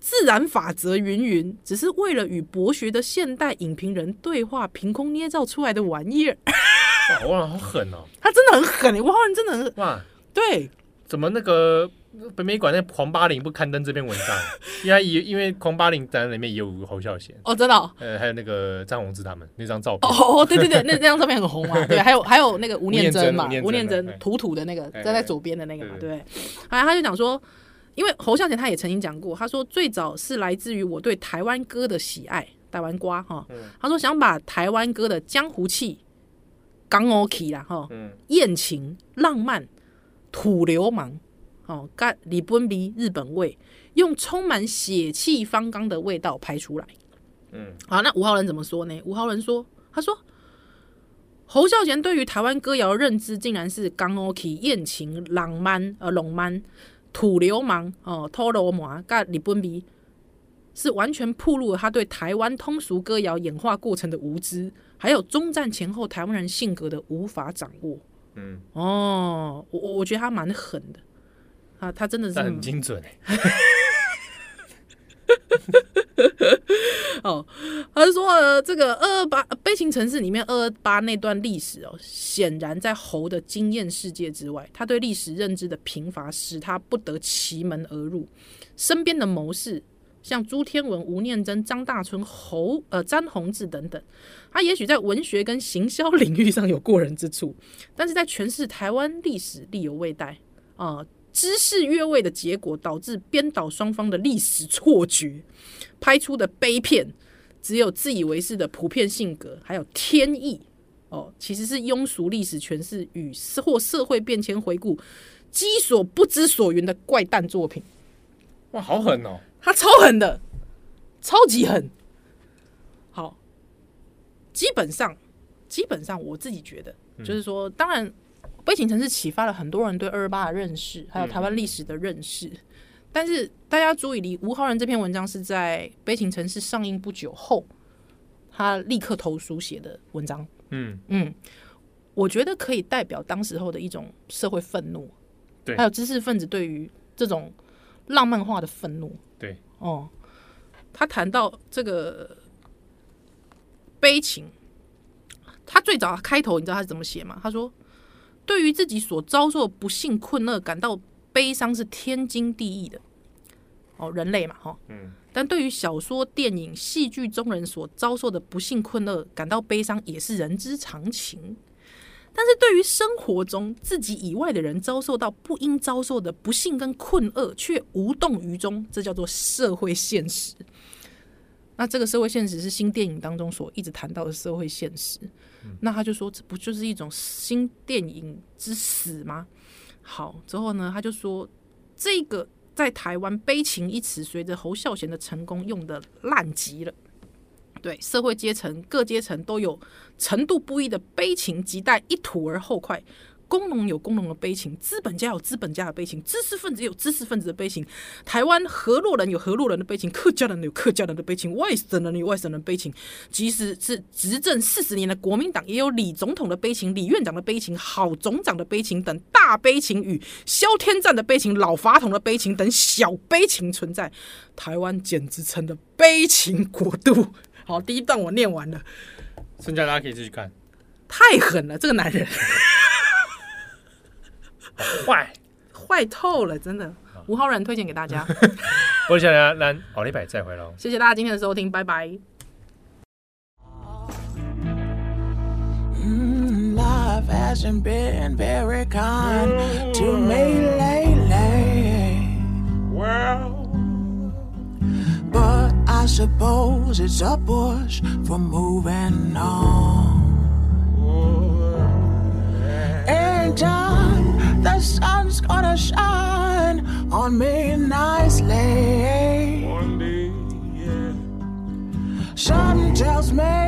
自然法则云云，只是为了与博学的现代影评人对话，凭空捏造出来的玩意儿。
哇，吴浩仁好狠哦，
他真的很狠、欸，吴浩然真的很
哇，
对，
怎么那个北美馆那狂八零不刊登这篇文章？ 因为因为狂八零当然里面也有侯孝贤，
哦，真的、哦，
呃，还有那个张宏志他们那张照片，
哦，对对对，那那 张照片很红啊，对，还有还有那个吴念真嘛
吴念，真
吴念
吴念真
真
哎
土土的那个，
哎
站在左边的那个嘛，
哎哎
对。哎，他就讲说，因为侯孝贤他也曾经讲过，他说最早是来自于我对台湾歌的喜爱，台湾瓜哈
嗯，
他说想把台湾歌的江湖气、港欧气啦哈，
嗯，
艳情、浪漫、土流氓，哦，干李本鼻日本味，用充满血气方刚的味道拍出来。
嗯，
好，那吴浩仁怎么说呢？吴浩仁说，他说侯孝贤对于台湾歌谣的认知竟然是刚 OK 艳情、浪漫、呃浪漫、土流氓哦、偷流氓、干李本鼻。是完全暴露了他对台湾通俗歌谣演化过程的无知，还有中战前后台湾人性格的无法掌握。
嗯，
哦，我我我觉得他蛮狠的，啊，他真的是
但很精准欸，
哦，他是说、呃、这个二二八呃悲情城市里面二二八那段历史哦，显然在侯的经验世界之外，他对历史认知的贫乏使他不得其门而入，身边的谋士。像朱天文、吴念真、张大春、侯呃詹宏志等等，他也许在文学跟行销领域上有过人之处，但是在诠释台湾历史力有未逮啊、呃知识越位的结果导致编导双方的历史错觉，拍出的悲片，只有自以为是的普遍性格，还有天意哦，其实是庸俗历史诠释与社或社会变迁回顾己所不知所云的怪诞作品。
哇，好狠哦，
他超狠的，超级狠。好，基本上，基本上我自己觉得，就是说，当然，悲情城市启发了很多人对二二八的认识，还有台湾历史的认识。但是大家注意，离吴浩然这篇文章是在《悲情城市》上映不久后，他立刻投书写的文章。
嗯，
嗯，我觉得可以代表当时候的一种社会愤怒，
对
还有知识分子对于这种浪漫化的愤怒。
对，
哦，他谈到这个悲情，他最早开头你知道他是怎么写吗？他说，对于自己所遭受的不幸困厄感到悲伤是天经地义的。哦，人类嘛，哈、
嗯，
但对于小说、电影、戏剧中人所遭受的不幸困厄感到悲伤，也是人之常情。但是对于生活中自己以外的人遭受到不应遭受的不幸跟困厄，却无动于衷，这叫做社会现实。那这个社会现实是新电影当中所一直谈到的社会现实。那他就说，这不就是一种新电影之死吗？好，之后呢，他就说，这个在台湾“悲情”一词随着侯孝贤的成功用的烂极了。对社会阶层各阶层都有程度不一的悲情，亟待一吐而后快，工农有工农的悲情，资本家有资本家的悲情，知识分子有知识分子的悲情，台湾河洛人有河洛人的悲情，客家人有客家人的悲情，外省人有外省人的悲情。即使是执政四十年的国民党，也有李总统的悲情、李院长的悲情、郝总长的悲情等大悲情与萧天赞的悲情、老法统的悲情等小悲情存在。台湾简直成了悲情国度。 好，第一段我念完了，
剩下大家可以自己 看。
太狠了，这个男人
坏，
坏透了，真的。吴浩然推荐给大 家，
我想来咱奥利百再回喽。
谢谢大家今天的收听，拜拜。
Mm, life hasn't been very kind to me lately.
Well,
But I suppose it's a push for moving on. In time, the sun's gonna shine on me nicely.
one day, yeah.
Something tells me Uh-huh.